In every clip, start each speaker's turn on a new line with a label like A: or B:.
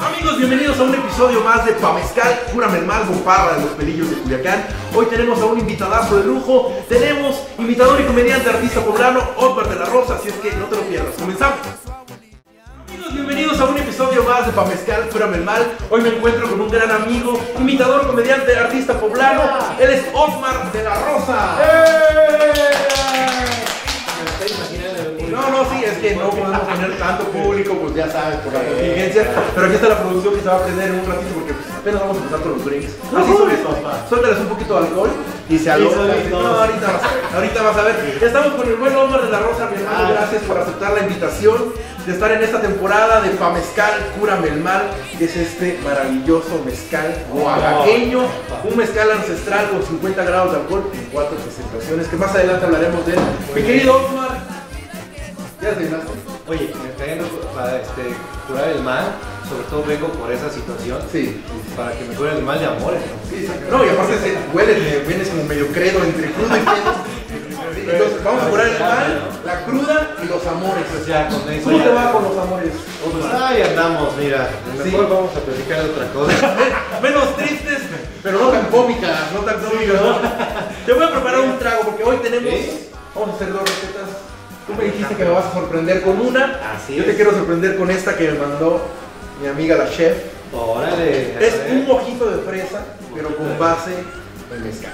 A: amigos, bienvenidos a un episodio más de Pamezcal, Cúrame el Mal, Parra de los Pelillos de Culiacán. Hoy tenemos a un invitadazo de lujo, tenemos imitador y comediante artista poblano, Oscar de la Rosa, así es que no te lo pierdas. Comenzamos. Amigos, Bienvenidos a un episodio más de Pamezcal, Cúrame el Mal. Hoy me encuentro con un gran amigo, imitador, comediante, artista poblano. Él es Osmar de la Rosa. No, no, sí, es que no podemos tener tanto público, pues ya sabes, por la contingencia. Pero aquí está la producción que se va a prender en un ratito porque pues, apenas vamos a empezar con los drinks. Así son estos, suéltales un poquito de alcohol y se aloja. No, ahorita vas a ver, ahorita vas a ver. Estamos con el buen Omar de la Rosa, mi hermano, gracias por aceptar la invitación de estar en esta temporada de Pamezcal Cúrame el Mal, que es este maravilloso mezcal oaxaqueño, un mezcal ancestral con 50 grados de alcohol en cuatro presentaciones, que más adelante hablaremos de él. Mi querido Omar, ya terminaste.
B: Oye, me está yendo para este, curar el mal, sobre todo vengo por esa situación,
A: Sí.
B: para que me cure el mal de amores. ¿no?
A: No, y aparte se huele, te vienes como medio credo entre crudo y credo. Entonces, vamos a curar el mal, la cruda y los amores.
B: Pues ya con eso
A: ¿Cómo
B: ya-
A: te va con los amores?
B: Pues ahí andamos, mira, mejor
A: Sí.
B: vamos a platicar de otra cosa.
A: Menos tristes, pero no tan cómicas, no tan cómicas. ¿no? Te voy a preparar un trago porque hoy tenemos.
B: Sí.
A: Vamos a hacer dos recetas. Tú me dijiste que me vas a sorprender con una.
B: Así
A: Yo te
B: es.
A: quiero sorprender con esta que me mandó mi amiga la chef.
B: Órale, a
A: Es
B: ver.
A: un mojito de fresa, pero con base de mezcal.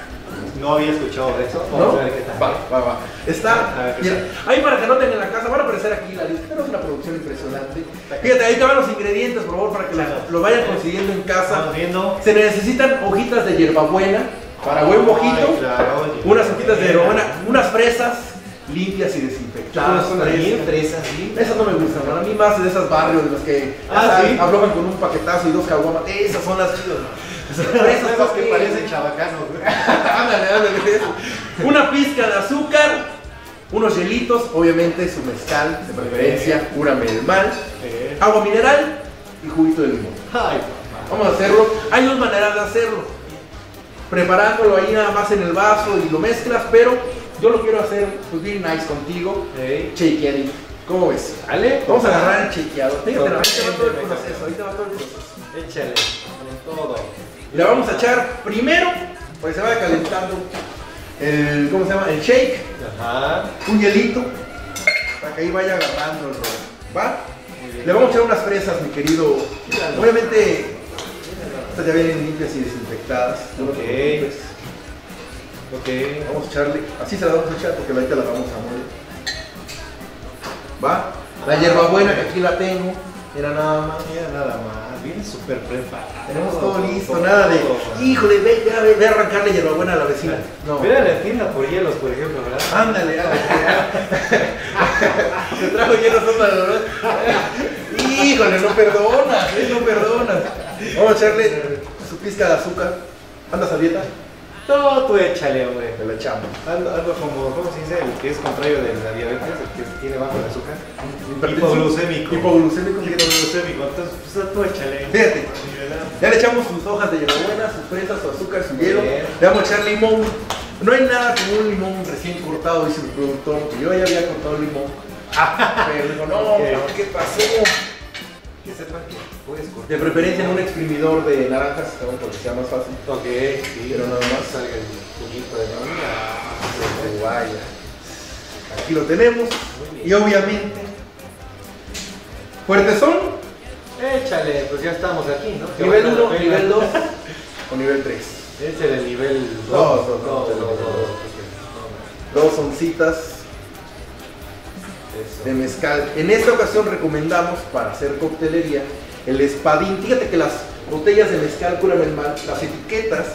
B: no había escuchado de eso. Vamos
A: ¿No?
B: a ver qué tal.
A: Va, va, va.
B: A
A: Está,
B: ver qué
A: mira,
B: tal.
A: ahí para que noten en la casa, van a aparecer aquí la lista, pero es una producción impresionante. Fíjate, ahí te van los ingredientes, por favor, para que la- lo vayan consiguiendo en casa.
B: Estamos viendo.
A: Se necesitan hojitas de hierbabuena para buen
B: Ay,
A: mojito,
B: claro, oye.
A: unas hojitas de hierbabuena, unas fresas limpias y desinfectadas.
B: Chocolate también,
A: Fresas.
B: fresas, sí.
A: Esas no me gustan, ¿no? a mí más de esas barrios, de las que
B: Ah,
A: ya sabes,
B: ¿sí?
A: ablojan con un paquetazo y dos caguamas. Esas son las chidas. ¿no? Esas
B: Fresas
A: son
B: que
A: las
B: parecen chabacanos. güey.
A: Ándale, ándale, de eso. Una pizca de azúcar, unos hielitos, obviamente su mezcal, de preferencia, cúrame el mal,
B: Eh.
A: agua mineral y juguito de limón.
B: Ay,
A: Vamos a hacerlo. Hay dos maneras de hacerlo. Preparándolo ahí nada más en el vaso y lo mezclas, pero yo lo quiero hacer pues bien nice contigo.
B: Ey,
A: Chequeadito. ¿Cómo ves?
B: Dale.
A: Vamos a agarrar el chequeado. Fíjate, ahorita va todo el
B: Totalmente,
A: proceso, ahorita va todo el proceso.
B: Échale. Con todo.
A: Y la vamos a echar primero, pues se va calentando el, ¿cómo se llama? El shake,
B: Ajá.
A: un hielito, para que ahí vaya agarrando el rollo, ¿va? Le vamos a echar unas fresas, mi querido. Obviamente, estas ya vienen limpias y desinfectadas. no
B: Ok.
A: te preocupes.
B: Ok.
A: Vamos a echarle, así se la vamos a echar porque ahorita la vamos a moler. ¿Va? La hierbabuena que aquí la tengo, era nada más.
B: Mira nada más, viene súper preparado.
A: Tenemos todo listo, nada de, híjole, ve, ya, ve, ve a arrancarle hierbabuena a la vecina. No.
B: Mira la tienda por hielos, por ejemplo, ¿verdad?
A: Ándale, ándale. Se trajo hielo sopa de dolor. Híjole, no perdonas, eh, no perdonas. Vamos a echarle su pizca de azúcar. ¿Andas a dieta?
B: Todo tú échale, hombre.
A: Te la echamos.
B: Algo, algo como, ¿cómo se dice? El que es contrario de la diabetes, el que tiene bajo el azúcar. Hipoglucémico.
A: Hipoglucémico.
B: Hipoglucémico, entonces pues, tú échale.
A: Fíjate.
B: Nivelado.
A: Ya le echamos sus hojas de hierbabuena, sus fresas, su azúcar, su hielo.
B: Bien.
A: Le vamos a echar limón. No hay nada como un limón recién cortado, dice el productor, que yo ya había cortado el limón. Pero dijo, no,
B: Ok.
A: ¿qué pasó?
B: Que sepan que puedes cortar.
A: De preferencia en un exprimidor de naranjas, ¿no? porque sea más fácil.
B: Ok, sí,
A: Pero nada más.
B: salga el juguito de la
A: Pero Vaya. Aquí lo tenemos.
B: Muy bien.
A: Y obviamente. Fuertes son.
B: Échale, pues ya estamos aquí, ¿no? Que
A: Nivel
B: valga la
A: 1,
B: pena.
A: nivel 2 o nivel 3.
B: Ese era el nivel 2.
A: Dos, dos, dos, dos, dos, dos. Dos oncitas de mezcal. En esta ocasión recomendamos para hacer coctelería el espadín. Fíjate que las botellas de mezcal curan el mal. Las etiquetas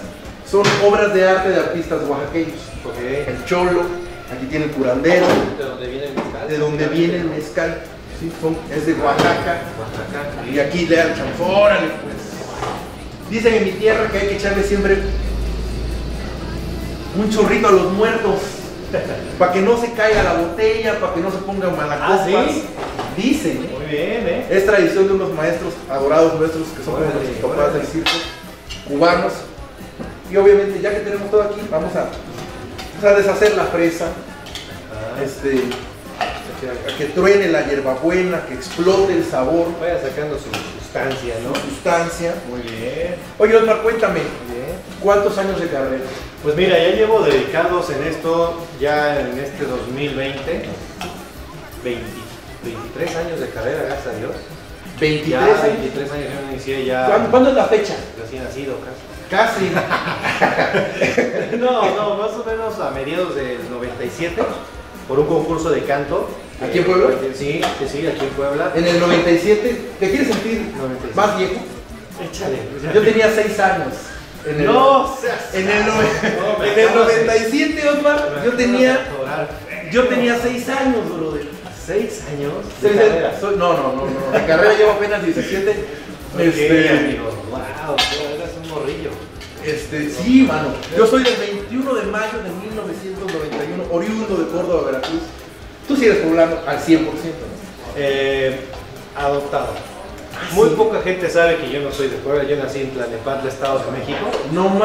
A: son obras de arte de artistas oaxaqueños.
B: Ok.
A: El cholo, aquí tiene el curandero,
B: ¿De dónde viene el mezcal?
A: de donde viene el mezcal. Sí, son- es de Oaxaca.
B: Oaxaca.
A: Y aquí le dan órale pues. Dicen en mi tierra que hay que echarle siempre un chorrito a los muertos. Para que no se caiga la botella, para que no se pongan malacopas.
B: Ah, ¿sí?
A: Dicen. ¿eh?
B: Muy bien, ¿eh?
A: Es tradición de unos maestros adorados nuestros que son como
B: Órale,
A: nuestros papás
B: órale.
A: del circo, cubanos. Y obviamente ya que tenemos todo aquí, vamos a, vamos a deshacer la fresa.
B: Ah, es-
A: Este, a que truene la hierbabuena, que explote el sabor.
B: Vaya sacando sus, sus sustancia, ¿no?
A: Sustancia.
B: Muy bien,
A: Oye, Osmar, cuéntame,
B: muy bien.
A: ¿cuántos años de carrera?
B: Pues mira, ya llevo dedicados en esto, ya en este 2020, 20 23 años de carrera, gracias a Dios.
A: 23
B: Ya
A: años.
B: 23 años yo me inicié
A: ¿Cuándo,
B: ya
A: cuándo es la fecha?
B: recién nacido casi.
A: Casi.
B: No, no, más o menos a mediados del 97, por un concurso de canto. Eh,
A: ¿Aquí en Puebla?
B: Sí, sí, sí, aquí en Puebla.
A: En el 97, ¿te quieres sentir
B: 97.
A: más viejo?
B: Échale.
A: Yo tenía 6 años. En el,
B: No, seas-
A: En el, no-
B: No, me
A: en el
B: acabas de-
A: 97, Osmar, yo tenía, yo tenía 6 años, brother.
B: 6 años de
A: Seis
B: carrera.
A: de- soy- no, no, no, no. De carrera llevo apenas 17.
B: Ok,
A: Este,
B: amigo. Wow, tú eras un morrillo.
A: este, sí, mano. Yo soy del 21 de mayo de 1991, oriundo de Córdoba, Veracruz. Tú sí eres poblano al 100%. ¿no?
B: Eh, adoptado.
A: Ah,
B: Muy poca gente sabe que yo no soy de Puebla, yo nací en Tlalnepantla, Estado de México.
A: No
B: Así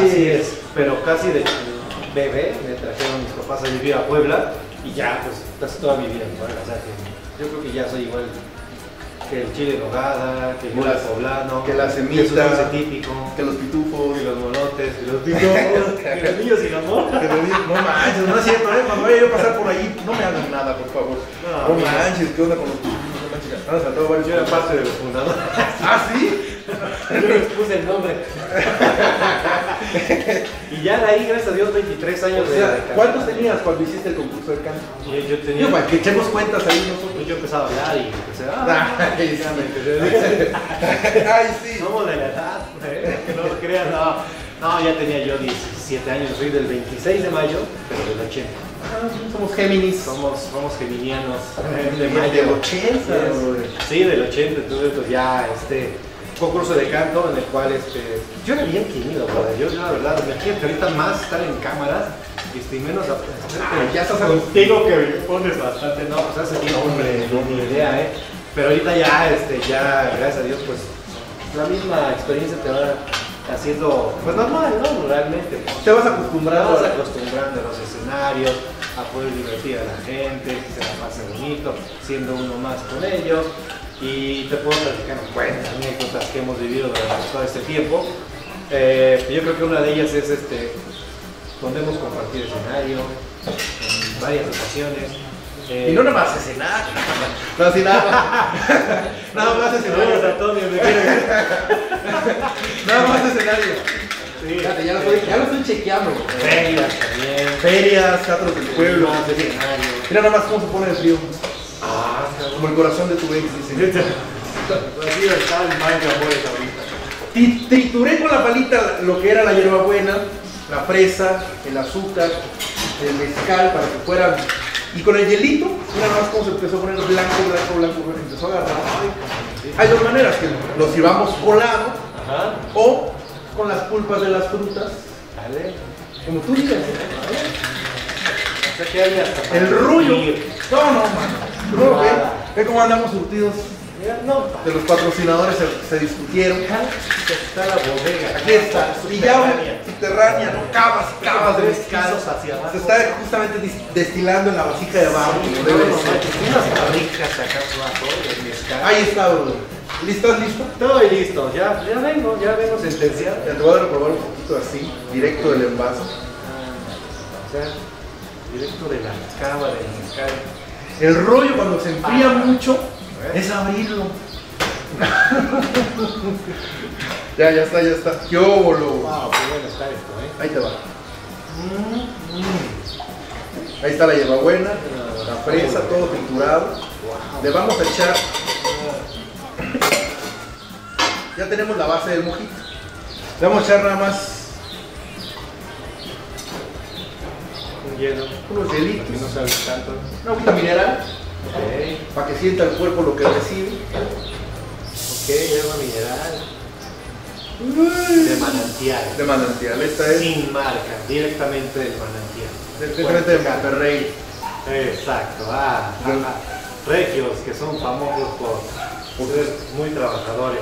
A: manches.
B: es, pero casi de bebé me trajeron mis papás a vivir a Puebla y ya, pues casi toda mi vida en Puebla. O sea que yo creo que ya soy igual que el chile en nogada, que el
A: Que
B: mole
A: las-
B: poblano,
A: que la
B: que su
A: semita.
B: dulce típico,
A: Que los pitufos.
B: que los molotes, que los
A: No,
B: típicos, que los niños sin amor.
A: te lo digo, no manches, no es cierto, eh. Cuando vaya yo a pasar por ahí, no me hagan nada, por favor.
B: No,
A: No,
B: mira.
A: manches, ¿qué onda con los pitufos? No manches, han asaltado varios.
B: Yo era parte de los fundadores.
A: Ah, sí.
B: Yo les puse el nombre. y ya de ahí, gracias a Dios, 23 años
A: O
B: de- de
A: sea,
B: carrera.
A: ¿cuántos tenías cuando hiciste el concurso del canto?
B: Yo, yo tenía. pues,
A: Yo, para que echemos cuentas ahí nosotros.
B: Yo empezaba a hablar y empecé. Ah,
A: Ay,
B: ya me
A: sí.
B: empecé.
A: Ay, sí.
B: Somos de la edad, ¿eh? no lo creas, no. No, ya tenía yo 17 años, soy del 26 de mayo, pero del 80.
A: Somos Géminis.
B: Somos, somos geminianos. eh,
A: Del 80,
B: Yes.
A: brother.
B: Sí, del 80, entonces pues ya este concurso de canto en el cual este yo era bien tímido, brother. yo yo, la verdad, imagínate ahorita más estar en cámaras este, y menos a-
A: Ah, ya estás
B: contigo que me pones bastante, no, pues hace tiempo
A: Hombre,
B: no, ni idea, eh. Pero ahorita ya este ya gracias a Dios pues la misma experiencia te va haciendo pues normal, ¿no? Realmente. pues,
A: Te vas
B: te
A: acostumbrado
B: vas
A: a
B: acostumbrando a los escenarios, a poder divertir a la gente, que se la pase bonito, siendo uno más con ellos. Y te puedo platicar buenas anécdotas que hemos vivido durante todo este tiempo. Eh, yo creo que una de ellas es este, donde hemos compartido escenario en varias ocasiones. Eh,
A: Y no nada más escenario. No, sí, nada más. nada más
B: Saludos,
A: escenario.
B: Antonio, me quiero-
A: Nada más escenario. Fíjate, ya lo estoy, ya lo estoy chequeando.
B: Ferias también.
A: Ferias, teatros del pueblo.
B: más escenarios.
A: Mira nada más cómo se pone el frío.
B: Ah,
A: Como el corazón de tu ex, dice.
B: Así está el manga, pues, ahorita.
A: Ti- Trituré con la palita lo que era la hierbabuena, la fresa, el azúcar, el mezcal para que fuera. Y con el hielito, mira nada más cómo se empezó a poner blanco, blanco, blanco, blanco, empezó a agarrar. Hay dos maneras, que lo sirvamos colado
B: Ajá.
A: o con las pulpas de las frutas,
B: Dale.
A: como tú digas.
B: O sea que hay hasta
A: El
B: para
A: rollo.
B: decir.
A: No, no, mano. No, ve, ve cómo andamos surtidos.
B: Mira, no.
A: De los patrocinadores se, se discutieron.
B: Está la bodega.
A: Aquí está, y ya subterránea, no cavas, cavas de
B: Tres
A: mezcal.
B: pisos hacia abajo.
A: Se está justamente dis- destilando en la vasija de abajo,
B: Sí,
A: como
B: no,
A: debe
B: no,
A: de ser.
B: manches, unas barricas acá abajo de mezcal.
A: Ahí está, bro. ¿Listas, listo?
B: Estoy listo, ya, ya vengo, ya vengo sentenciado.
A: Ya Te voy a dar a probar un poquito así, directo del envase.
B: O sea, directo de la cava del mezcal.
A: El rollo cuando se enfría mucho
B: A ver.
A: es abrirlo. ya, ya está, ya está. ¡Qué óvolo!
B: Wow, qué bueno está esto, eh.
A: Ahí te va. Mm, Ahí está la hierbabuena, la fresa, todo triturado.
B: Wow.
A: Le vamos a echar. Ya tenemos la base del mojito. Le vamos a echar nada más
B: Un hielo.
A: unos
B: Aquí
A: hielitos,
B: no sabe tanto.
A: una agüita mineral
B: Ok.
A: para que sienta el cuerpo lo que recibe.
B: Ok, hierba mineral de manantial.
A: De manantial, esta es Este
B: Sin marca, directamente del manantial.
A: directamente de Monterrey. este.
B: Exacto, ah,
A: Del-
B: ah, regios que son famosos por ser muy trabajadores.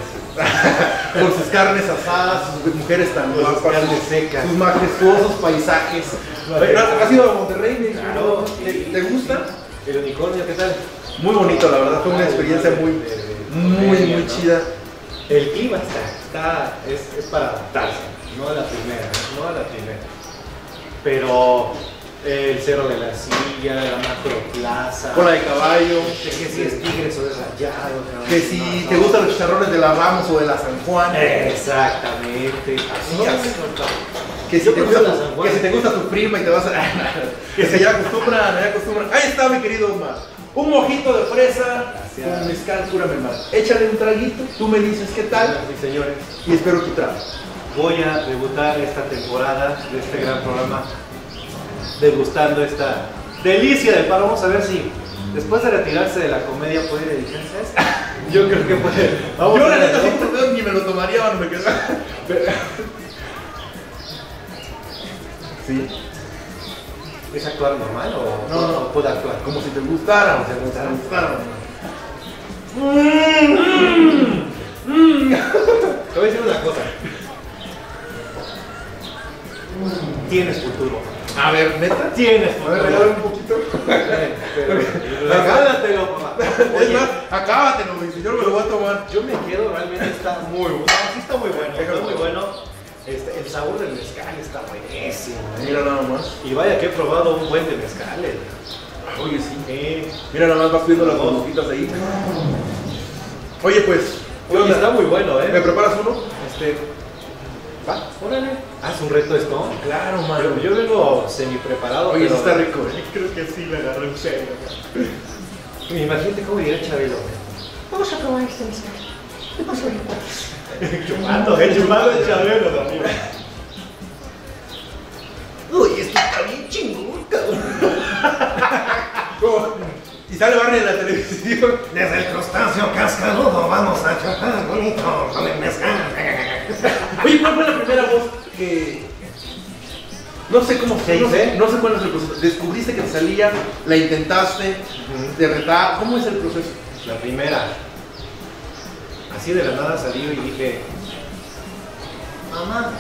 A: Por sus carnes asadas, sus mujeres tan
B: Por sus
A: guapas,
B: carnes
A: sus-
B: secas.
A: sus majestuosos paisajes.
B: Claro.
A: ¿Has ido a Monterrey? Nelson?
B: Claro,
A: ¿Te,
B: sí.
A: te gusta?
B: El unicornio, ¿qué tal?
A: Muy bonito, la verdad, fue una experiencia muy, muy, muy chida.
B: El clima está, está es, es para adaptarse, no a la primera, no a la primera. Pero el Cerro de la Silla, la Macro Plaza,
A: Cola de caballo.
B: que si es Tigres o es Rayado, cabrón,
A: Que
B: no,
A: si
B: no. Eh,
A: te gustan los chicharrones de la Ramos o de la San Juan.
B: Exactamente, así
A: No,
B: así,
A: Que si,
B: Yo
A: te
B: prefiero
A: gusta,
B: la San
A: tu-
B: Juan.
A: que si te gusta tu prima y te vas a... que se ya acostumbran, ya acostumbran. Ahí está mi querido Omar. Un mojito de fresa
B: Gracias.
A: con mezcal, cúrame más. Échale un traguito, tú me dices qué tal
B: Sí, señores.
A: y espero tu trago.
B: voy a debutar esta temporada de este gran programa degustando esta delicia de pan. Vamos a ver si después de retirarse de la comedia puede dedicarse a esto. Yo creo que puede. Vamos
A: Yo
B: a
A: la
B: ver,
A: neta
B: ¿no?
A: sí te veo, ni me lo tomaría, mano, me quedo. Sí,
B: ¿Es actuar normal o
A: No, no.
B: o puede actuar?
A: como si te gustara, o sea, como si te gustara. Mm-hmm.
B: Te voy a decir una cosa. Tienes futuro.
A: A ver, neta.
B: Tienes
A: A ver, regálame un poquito.
B: Regálatelo, papá.
A: Es más, acábatelo, güey, si yo no me lo voy a tomar.
B: Yo me quedo, realmente está muy bueno. Ah, Sí está muy bueno, está
A: Déjalo.
B: muy bueno. Este, el sabor del mezcal está buenísimo. ¿eh?
A: Mira nada más.
B: Y vaya que he probado un buen de mezcal. eh.
A: Oye, sí.
B: Eh,
A: Mira nada más vas subiendo las burbujitas ahí. Oye, pues, ¿qué
B: oye,
A: onda?
B: está muy bueno,
A: ¿me
B: ¿eh?
A: preparas uno?
B: Este, va, órale. Haz un reto esto.
A: Claro,
B: Yo, yo vengo semi preparado.
A: Oye, sí está rico, eh.
B: Creo que sí, le agarré un serio. Imagínate cómo diría Chabelo.
C: Vamos a probar este mezcal. Vamos a ver.
B: Chupando, eh, chupando el Chabelo también.
A: Uy, esto está bien chingón, cabrón. Como- y sale Barney en la televisión.
D: Desde el crustáceo cascarudo vamos a chupar bonito con el mezcal.
A: Oye, ¿cuál fue la primera voz que.? No sé cómo
B: ¿Qué
A: no,
B: hice?
A: sé- no sé cuál es el proceso. Descubriste que te salía, la intentaste, te retaba. ¿Cómo es el proceso?
B: La primera. Así de la nada salió y dije, mamá.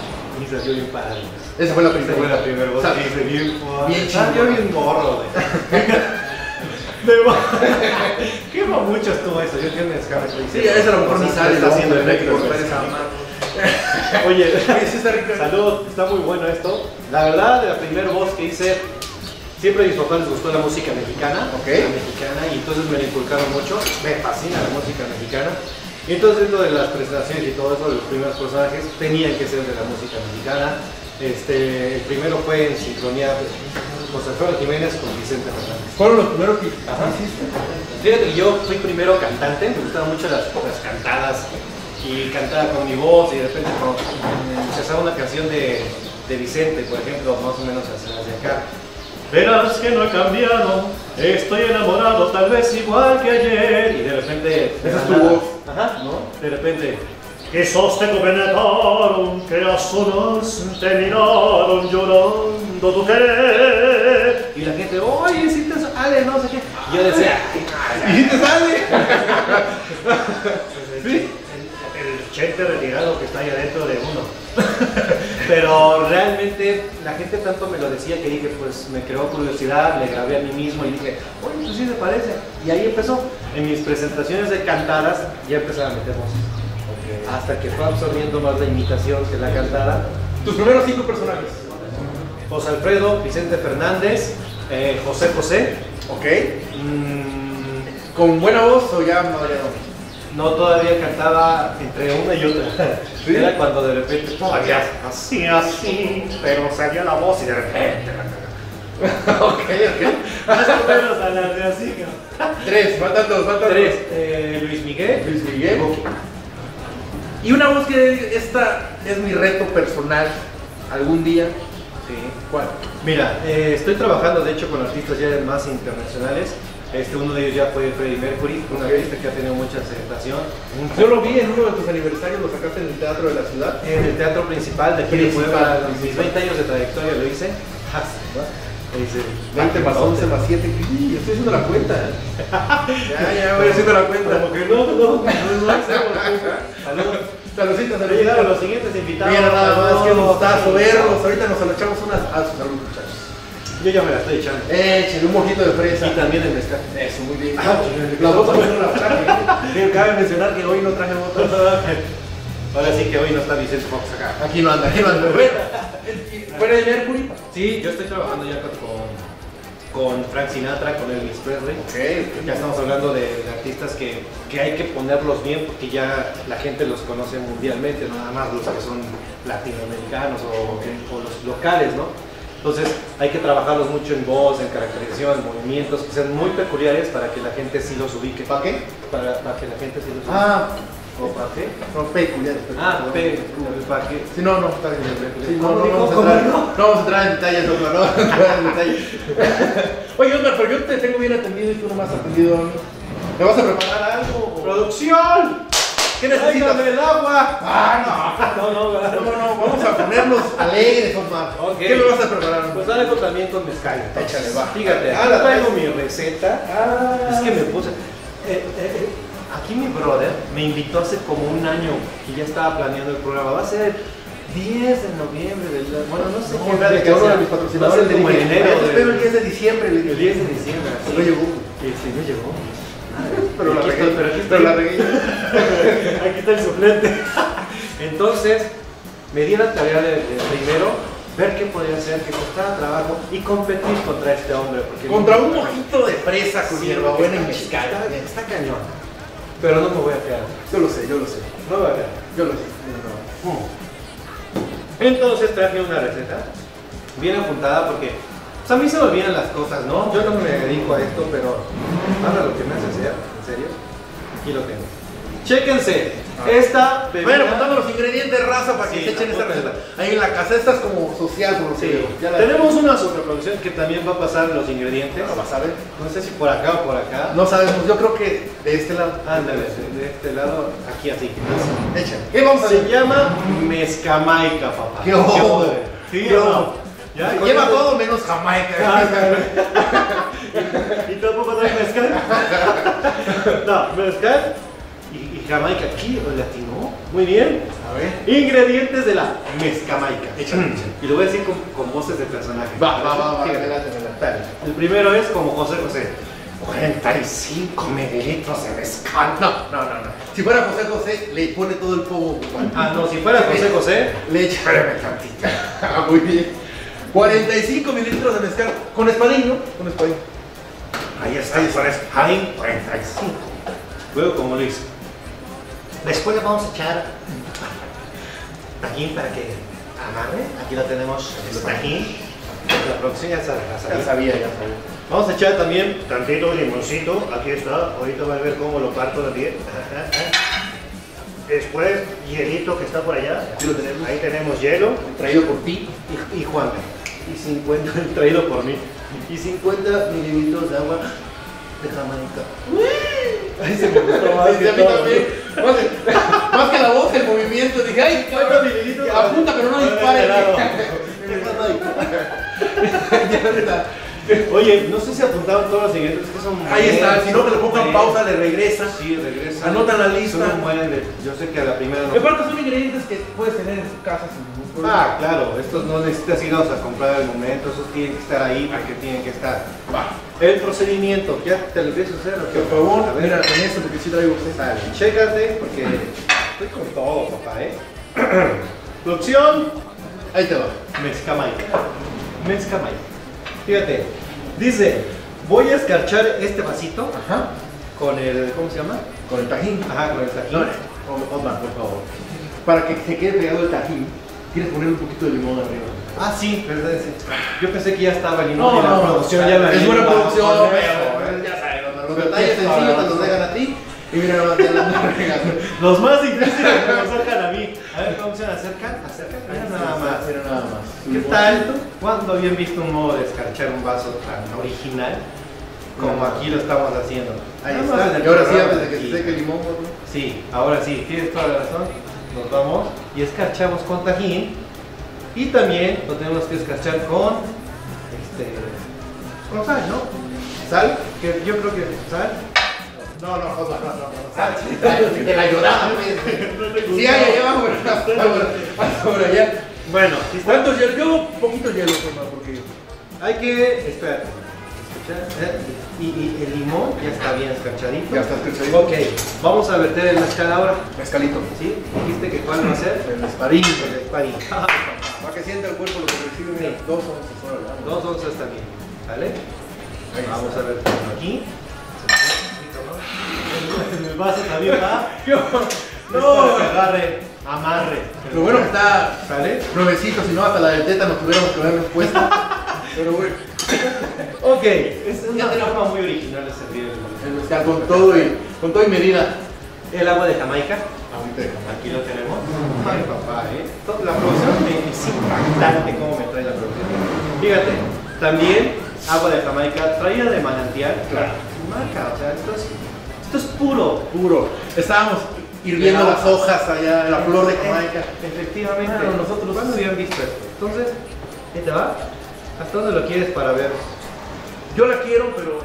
B: Y salió bien padre.
A: Esa fue la
B: Esa
A: primera.
B: fue la primera voz.
A: Sa-
B: que hice bien fuerte.
A: Bien
B: Salió
A: chingón.
B: bien morro, güey. De ma- Qué mamucho estuvo eso. Yo tengo descarga.
A: Sí, a esa a lo mejor ni sale.
B: Está
A: la
B: haciendo pues.
A: vamos a tener que
B: efecto.
A: cortar
B: güey.
A: esa madre.
B: Oye,
A: Oye, sí está rica.
B: Salud, está muy bueno esto. La verdad, la primera voz que hice, siempre a mis papás les gustó la música mexicana,
A: Ok.
B: la mexicana, y entonces me la inculcaron mucho, me fascina la música mexicana. Y entonces lo de las presentaciones y todo eso, los primeros personajes tenían que ser de la música mexicana. Este, el primero fue en sincronía pues, José Alfredo Jiménez con Vicente Fernández.
A: Fueron los primeros que
B: Ajá.
A: hiciste.
B: Fíjate que yo fui primero cantante, me gustaban mucho las, las cantadas y cantaba con mi voz y de repente cuando se hacía una canción de, de Vicente, por ejemplo, más o menos hacia las de acá. Verás que no he cambiado, estoy enamorado tal vez igual que ayer. Y de repente...
A: Esa es tu
B: nada.
A: voz.
B: Ajá, ¿no? De repente...
E: che soste come negaron, che a su nos terminaron llorando tu querer.
B: Y la gente, oye, si te sale, no sé qué. Y yo decía,
A: Y si te sale.
B: el, el chente retirado que está ahí adentro de uno. Pero realmente la gente tanto me lo decía que dije, pues me creó curiosidad, le grabé a mí mismo y dije, oye, pues sí se parece. Y ahí empezó. En mis presentaciones de cantadas ya empezaba a meter voces. Hasta que fue absorbiendo más la imitación que la cantada.
A: Tus primeros cinco personajes.
B: José Alfredo, Vicente Fernández, eh, José José.
A: Ok.
B: Mm,
A: ¿Con buena voz o ya madreado?
B: No, todavía cantaba entre una y otra.
A: ¿Sí?
B: Era cuando de repente todavía
D: Así, así, pero salía la voz y de repente.
A: ok, ok.
B: más o menos a las de así. ¿no?
A: Tres, faltan dos, faltan
B: Tres, eh, Luis
A: dos.
B: Miguel.
A: Luis Miguel. Y una voz que esta es mi reto personal algún día.
B: Sí.
A: ¿Cuál?
B: Mira, eh, estoy trabajando de hecho con artistas ya más internacionales. Este, uno de ellos ya fue Freddie Mercury, un
A: Ok.
B: artista que ha tenido mucha aceptación.
A: Yo lo vi en uno de tus aniversarios, lo sacaste en el teatro de la ciudad.
B: En el teatro principal de aquí de
A: Principal,
B: Puebla, en mis
A: principal.
B: 20 años de trayectoria lo hice.
A: Ah,
B: Dice,
A: 20 más 11 más 7. Yo estoy haciendo la cuenta. ¿eh? ya, ya, voy haciendo la cuenta.
B: Como que no, no, no, no hacemos. Saludos.
A: Saludcita,
B: Pero llegaron los
A: saludcita.
B: siguientes invitados.
A: Mira nada más, qué
B: Saludos.
A: gustazo verlos. Ahorita nos echamos unas a sus Ah, muchachos.
B: Yo ya me la estoy echando.
A: Échale un mojito de fresa.
B: Y también el mezcal.
A: Eso, muy bien. La bota no la traje.
B: Pero cabe mencionar que hoy no traje botas. Ahora sí que hoy no está Vicente Fox acá.
A: Aquí no anda, aquí no anda. Bueno, Fuera de Mercury.
B: Sí, yo estoy trabajando ya con, con Frank Sinatra, con Elvis Presley.
A: Ok.
B: Ya estamos hablando de, de artistas que, que hay que ponerlos bien porque ya la gente los conoce mundialmente, no nada más los que son latinoamericanos o, o los locales, ¿no? Entonces hay que trabajarlos mucho en voz, en caracterización, en movimientos que sean muy peculiares para que la gente sí los ubique.
A: ¿Para qué?
B: Para, para que la gente sí los ubique.
A: Ah,
B: ¿O para qué?
A: no, peculiar.
B: Ah, pe- ¿para qué?
A: Sí, no, no, está bien. Sí, no,
B: ¿Cómo
A: no,
B: dijo?
A: no, vamos a
B: ¿Cómo
A: entrar,
B: dijo?
A: no vamos a entrar en detalles, loco, no vamos a entrar en detalles. Oye, Osmar, pero yo te tengo bien atendido y tú no me has atendido. ¿no? ¿Me vas a preparar algo?
B: ¡Producción!
A: ¿Qué necesitas?
B: ¡Tráigame el agua!
A: Ah,
B: No, no,
A: no.
B: ¿verdad?
A: No, no, vamos a ponernos alegres, Osmar.
B: Ok.
A: ¿Qué me vas a preparar?
B: Pues algo también con mezcal. entonces.
A: Échale, va.
B: Fíjate,
A: Ah,
B: aquí
A: la Ah.
B: traigo mi receta. es que me puse. eh, eh, eh, aquí mi brother me invitó hace como un año que ya estaba planeando el programa. Va a ser 10 de noviembre del. Bueno, no sé. qué
A: Vamos a ver,
B: fecha
A: que uno de
B: sea.
A: mis
B: Va a
A: patrocinadores
B: ser
A: le
B: como en
A: dije,
B: enero.
A: "Ah, te espero el
B: del-
A: 10 de diciembre. Le
B: El
A: dije,
B: 10 de diciembre.
A: No llegó.
B: Y sí, no llegó.
A: Pero la
B: Aquí
A: regué.
B: estoy, pero aquí
A: Pero la
B: estoy.
A: regué.
F: Aquí está el suplente.
B: Entonces, me di la tarea de, de primero ver qué podía hacer, que costaba trabajo y competir contra este hombre. Porque
A: Contra un mojito de fresa con
B: Sí,
A: hierbabuena y
B: está-
A: mezcal.
B: Está, está cañón. Pero no me voy a quedar.
A: Yo lo sé, yo lo sé.
B: No me voy a quedar.
A: Yo lo sé.
B: Entonces traje una receta bien apuntada porque pues, a mí se me olvidan las cosas, ¿no? Yo no me dedico a esto, pero ahora lo que me hace hacer, en serio, aquí lo tengo. Chéquense, esta bebida...
A: Ah. Bueno, contame los ingredientes, raza, para que
B: Sí,
A: se echen esta
B: apúntenla.
A: receta. Ahí en la casa, esta es como social, por lo que
B: Sí,
A: veo. Ya la-
B: tenemos una sobreproducción que también va a pasar los ingredientes.
A: ¿La vas a ver?
B: No sé si por acá o por acá.
A: No sabemos, yo creo que de este lado.
B: Ándale, de de este lado, aquí así.
A: Echa. ¿Qué vamos a
B: Se
A: hacer?
B: llama mezcamaica, papá.
A: ¡Qué ojo!
B: hombre! ¿Sí
A: ¡Qué
B: o no?
A: ojo!
B: Ya, con
A: Lleva
B: eso-
A: todo menos Jamaica.
F: Y tampoco trae mezcal.
B: No, mezcal y, y jamaica aquí, o latino. Muy bien.
A: A ver.
B: Ingredientes de la mezcamaica.
A: Échale, échale.
B: Y lo voy a decir con, con voces de personaje.
A: Va, va, va, va,
B: Fíjate.
A: adelante, adelante.
B: Dale. El primero es como José José.
D: 45 mililitros de mezcal.
A: No, no, no, no. Si fuera José José, le pone todo el pomo. compadre.
B: Ah, no, si fuera José José,
A: Le echa.
D: Espérame tantito.
A: Ah, Muy bien. 45 mililitros de mezcal. Con espadín, ¿no? Con espadín.
D: Ahí está, por eso. Ahí, 45.
B: luego como Luis.
D: Después le vamos a echar aquí para que amarre. Aquí lo tenemos. Aquí.
B: La producción ya sabe, la sabe.
A: Ya sabía, ya sabía.
B: Vamos a echar también
F: Tantito limoncito, aquí está. Ahorita va a ver cómo lo parto también. Después, hielito que está por allá.
A: Aquí lo tenemos.
F: Ahí tenemos hielo.
A: Traído por ti.
B: y, y Juan y 50 traído por mí y 50 mililitros de agua de Jamaica ahí se me gustó más
A: Ah, Sí,
B: que
A: a mí
B: todo.
A: también. Más, más que la voz, el movimiento. Dije, ay,
B: Cuatro mililitros.
A: apunta, pero no dispare.
B: Claro.
A: Ya está.
B: oye no sé si apuntaron todos los ingredientes que son
A: Ahí está.
B: buenos,
A: Si no, que le
B: son
A: pongan pausa, le regresa.
B: buenos. sí regresa
A: Anota la lista.
B: Son buenos de- yo sé que a la primera
A: Y
B: no
A: aparte son ingredientes que puedes tener en tu casa sin ningún problema.
B: ah claro estos no necesitas irlos a comprar al momento esos tienen que estar ahí porque tienen que estar el procedimiento ya te lo empiezo a hacer o qué?
A: Por
B: A
A: favor,
B: ver.
A: mira, con esto porque sí traigo usted.
B: Dale, chécate porque estoy con todo, papá, ¿eh? Producción,
A: Ahí te va.
B: mezcamaica. Mezcamaica. Fíjate, dice, voy a escarchar este vasito
A: Ajá.
B: con el, ¿cómo se llama?
A: Con el tajín.
B: Ajá, con el tajín.
A: No, Omar, por favor. Para que se quede pegado el tajín, quieres poner un poquito de limón arriba.
B: Ah, sí, verdad, sí. Yo pensé que ya estaba el
A: No,
B: y la
A: no,
B: producción ya la
A: Es buena
B: iba a
A: producción, ¿eh?
B: poner.
A: pero ya sabes, los detalles
B: Ahora,
A: sencillos te
B: ahora.
A: los dejan a ti y mira, no te las andan regando.
B: ¿eh? Los más difíciles que me acercan a mí. A ver, ¿cómo se acercan? Acercan, mira nada más.
A: Mira nada más.
B: ¿Qué tal? ¿Cuándo habían visto un modo de escarchar un vaso tan original como aquí lo estamos haciendo?
A: Ahí
B: Nada más en
A: está.
B: el
A: Y ahora sí,
B: programa
A: antes de
B: de
A: que se
B: aquí.
A: seque el limón, ¿no?
B: Sí, ahora sí, tienes toda la razón. Nos vamos y escarchamos con tajín y también lo tenemos que escarchar con este con sal, ¿no? Sal, que yo creo que sal.
A: No, no, Osmar, no, no, no. Sal, Te la ayudaba. Sí, ahí ahí abajo, pero hasta por- hasta por allá.
B: Bueno, ¿sí está?
A: ¿Cuántos hielos? Yo, poquito hielo, Omar, porque
B: Hay que. Espérate. Escuchar, eh, Y, y el limón ya está bien escarchadito.
A: Ya está escarchadito.
B: Ok, vamos a verter el mezcal ahora.
A: Mezcalito.
B: ¿Sí? Dijiste que cuál va a ser.
A: El esparín.
B: El esparín.
A: Para que sienta el cuerpo lo que recibe, mira,
B: Sí.
A: dos onzas, órale.
B: Dos onzas también. ¿Vale?
A: Vamos.
B: Vamos a ver aquí.
D: En el vaso también va.
A: No.
D: No. Agarre, amarre.
A: Lo bueno que está
B: ¿Vale?
A: nuevecito, si no, hasta la del tétano tuviéramos que habernos puesto. Pero bueno,
B: Ok. Es
D: Ya
B: una
D: tenemos-
B: forma muy original de servir el limón.
A: el mezcal con todo y, con todo y medida.
B: El agua de Jamaica.
A: Ahorita.
B: Aquí lo tenemos. Ay, papá, ¿eh? Toda La producción me- es impactante cómo me trae la producción. Fíjate, también agua de Jamaica traída de manantial.
A: Claro.
B: Marca, o sea, esto es, esto es puro.
A: Puro. Estábamos hirviendo las hojas allá, la flor de Jamaica.
B: Eh, Efectivamente. nosotros no habían visto esto. Entonces, ¿qué te va? ¿Hasta dónde lo quieres para ver?
A: Yo la quiero, pero.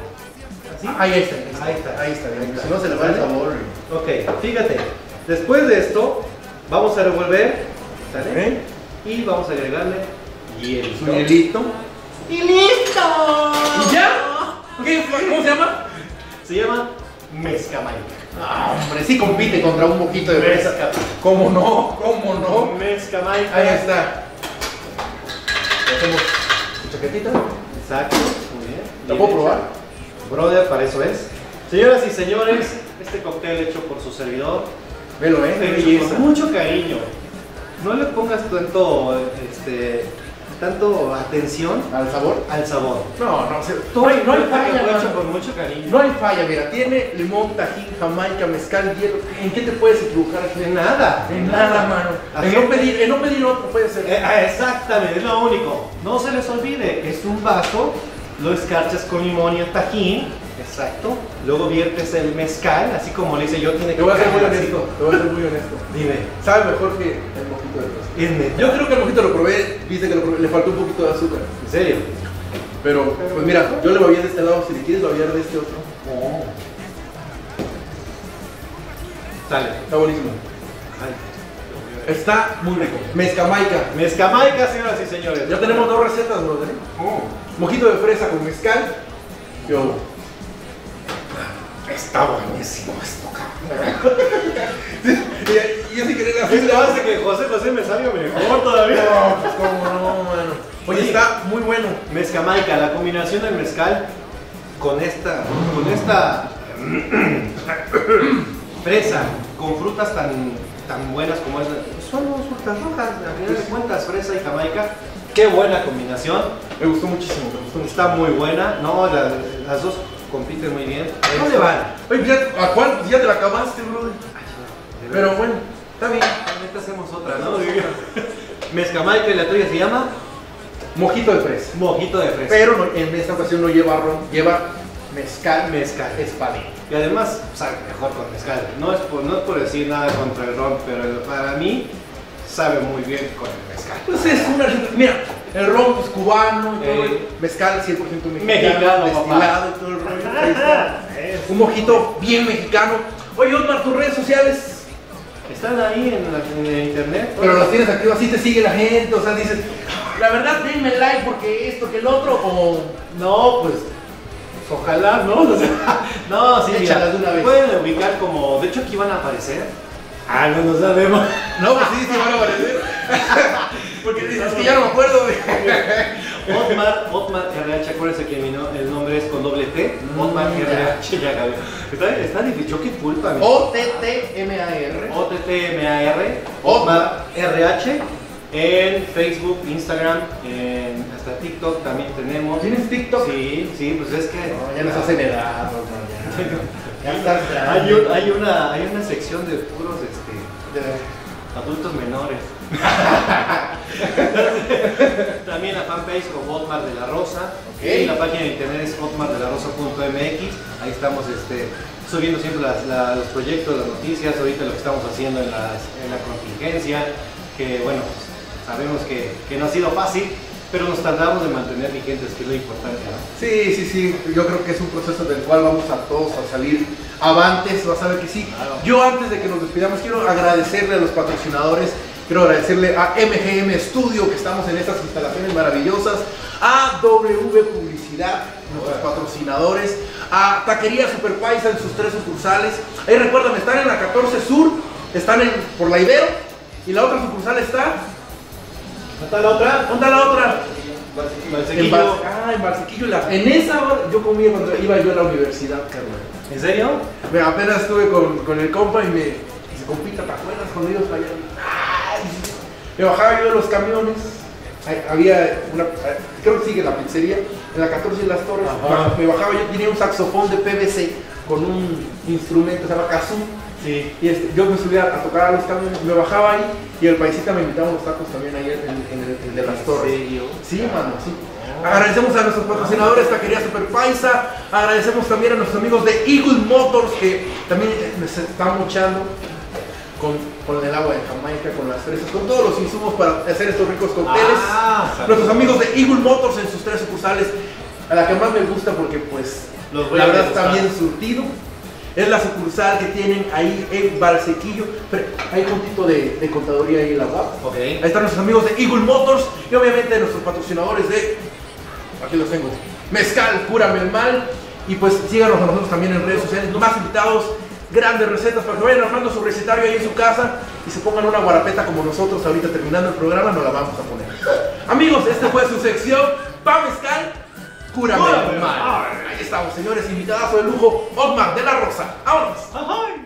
B: ¿Así?
A: Ahí está,
B: Ahí está.
A: Ahí está, bien. Si no se le va el sabor.
B: Ok, fíjate. Después de esto, vamos a revolver. ¿sale?
A: ¿Eh?
B: Y vamos a agregarle
A: Su
B: hielito.
A: hielito.
C: ¡Y listo!
A: ¿Y ya? ¿Qué? ¿Cómo se llama?
B: Se llama mezcamaica.
A: Ah, hombre, sí compite contra un poquito de fresa.
D: Mezca.
A: ¿Cómo no? ¿Cómo no?
D: Mezcamaica.
A: Ahí está. Le Hacemos su chaquetita.
B: Exacto, muy bien.
A: ¿La
B: Bien
A: puedo
B: hecha.
A: probar?
B: Brother, para eso es. Señoras y señores, este cóctel hecho por su servidor.
A: Velo,
B: de
A: eh.
B: belleza, mucho cariño. No le pongas tanto, este, tanto atención
A: ¿Al sabor?
B: al sabor.
A: No, no, se-
B: Todo
A: no hay, no hay
B: fue
A: falla,
B: hecho
A: ¿verdad?
B: con mucho cariño.
A: No hay falla, mira, tiene limón, tajín, jamaica, mezcal, hielo. ¿En qué te puedes equivocar aquí?
B: De nada.
A: En nada, mano. En
B: Así
A: no,
B: es.
A: pedir, en no pedir otro puede ser.
B: Eh, ah, Exactamente, es lo único. No se les olvide, es un vaso, lo escarchas con limón y el tajín, exacto. Luego viertes el mezcal, así como le hice yo, tiene que
A: Te voy a ser muy
B: caer así.
A: honesto, te voy a ser muy honesto.
B: Dime,
A: Sabe mejor que el mojito de fresa.
B: ¿es neta?
A: Yo creo que el mojito lo probé, viste que lo probé, le faltó un poquito de azúcar.
B: ¿En serio?
A: Pero, pues mira, yo le babía de este lado, si le quieres babiar de este otro.
B: Sale.
A: Está buenísimo. Está muy rico. Mezcamaica.
B: Mezcamaica, señoras y señores.
A: Ya tenemos dos recetas, brother.
D: Uh,
A: Mojito de fresa con mezcal. Yo.
D: Está buenísimo esto, cabrón.
A: Y, y yo sí quería
B: Es
A: hacer
B: la base que José José me sabe mejor todavía.
A: No, pues cómo no, mano. Oye,
B: Sí.
A: está muy bueno.
B: Mezcamaica, la combinación del mezcal con esta, con esta fresa, con frutas tan, tan buenas como es, son frutas rojas, a final de cuentas, fresa y jamaica. Qué buena combinación,
A: Me gustó muchísimo, me gustó mucho.
B: está muy buena, no, la- las dos compiten muy bien. ¿Dónde van?
A: Oye, pues ya, ¿a cuál? Ya te la acabaste, brother. Pero bueno, está bien.
B: Ahorita hacemos otra, ¿no? Mezcamaica y la tuya se llama
A: Mojito de fresa.
B: mojito de fresa.
A: Pero no- en esta ocasión no lleva ron, lleva mezcal,
B: Mezcal.
A: espadín.
B: Y además sabe mejor con mezcal. No es por, no es por decir nada contra el ron, pero el- para mí sabe muy bien con el mezcal.
A: Pues es una. Mira, el ron pues, cubano, y todo,
B: Eh.
A: mezcal 100% mexicano,
B: Mexicano,
A: destilado y todo el rollo. Ahí está.
F: Eso.
A: Un mojito bien mexicano. Oye, Osmar, tus redes sociales.
B: Están ahí en, la- en el internet.
A: Pero las tienes activas, así te sigue la gente, o sea, dices, la verdad, denme like porque esto, que el otro, o.
B: No, pues ojalá, ¿no? O sea, no, sí,
A: Échalas de una vez.
B: pueden ubicar como. De hecho, aquí van a aparecer. Ah, no nos sabemos.
A: No, pues sí, sí van a aparecer. porque dices que ya no me acuerdo de.
B: Otmar, Otmar RH, acuérdense que mi no- el nombre es con doble T. Otmar
A: Mm.
B: RH, ya acabé. Está, está difícil, yo qué culpa,
A: Oh,
B: mi
A: O-T-T-M-A-R.
B: OTTMAR, Otmar RH, en Facebook, Instagram, en hasta TikTok también tenemos.
A: ¿Tienes TikTok?
B: Sí, sí, pues es que
A: No, ya nos hacen edad, Osmar, ya. Ya estás grande.
B: hay, un- hay una, hay una sección de puros este,
A: Ya.
B: adultos menores. también la fanpage como Otmar de la Rosa.
A: Ok.
B: Y la página de internet es otmardelarosa.mx. Ahí estamos este, subiendo siempre las- la- los proyectos, las noticias, ahorita lo que estamos haciendo en, las- en la contingencia, que bueno, pues, sabemos que, que no ha sido fácil, pero nos tardamos de mantener vigentes, que es lo importante. ¿no?
A: Sí, sí, sí, yo creo que es un proceso del cual vamos a todos a salir avantes, vas a ver que sí.
B: Claro.
A: Yo antes de que nos despidamos quiero agradecerle a los patrocinadores Quiero agradecerle a MGM Studio que estamos en estas instalaciones maravillosas, a W Publicidad, nuestros patrocinadores, a Taquería Superpaisa en sus tres sucursales. Ahí recuerdan, están en la 14 Sur, están en, por la Ibero y la otra sucursal está.
B: ¿Está la otra?
A: ¿Dónde está la otra? En,
B: Valsequillo.
A: Bar- ah, en Barcequillo. la- En esa hora yo comía cuando iba yo a la universidad, carnal.
B: ¿En serio?
A: Me apenas estuve con, con el compa y me dice, compita, ¿te acuerdas cuando ibas para allá? Ay, sí. Me bajaba yo de los camiones. Ahí Había una, eh, creo que sigue la pizzería, en la 14 de las Torres.
B: Ajá.
A: Me bajaba yo, tenía un saxofón de PVC con un instrumento que se llama kazoo.
B: Sí.
A: Y este, yo me subía a tocar a los camiones, me bajaba ahí y el paisita me invitaba a unos tacos también ahí en, en el- en el de las Torres. Sí,
B: Ah.
A: mano, sí. Agradecemos a nuestros patrocinadores, Taquería Super Paisa. Agradecemos también a nuestros amigos de Eagle Motors que también eh, nos están luchando con, con el agua de Jamaica, con las fresas, con todos los insumos para hacer estos ricos cócteles.
B: Ah, sabe.
A: nuestros amigos de Eagle Motors en sus tres sucursales, a la que más me gusta porque pues
B: Los voy
A: la
B: a
A: verdad está
B: degustar.
A: bien surtido. Es la sucursal que tienen ahí en Barsequillo. Pero hay juntito de, de contaduría ahí en la UAP.
B: Ok.
A: Ahí están nuestros amigos de Eagle Motors y obviamente nuestros patrocinadores de. Aquí los tengo. Mezcal, cúrame el mal. Y pues síganos a nosotros también en redes sociales. Más invitados, grandes recetas para que vayan armando su recetario ahí en su casa y se pongan una guarapeta como nosotros ahorita terminando el programa, nos la vamos a poner. Amigos, esta fue su sección. Pa Mezcal, cúrame el mal. Ahí estamos, señores, invitados de lujo, Osmar de la Rosa. ¡Vámonos!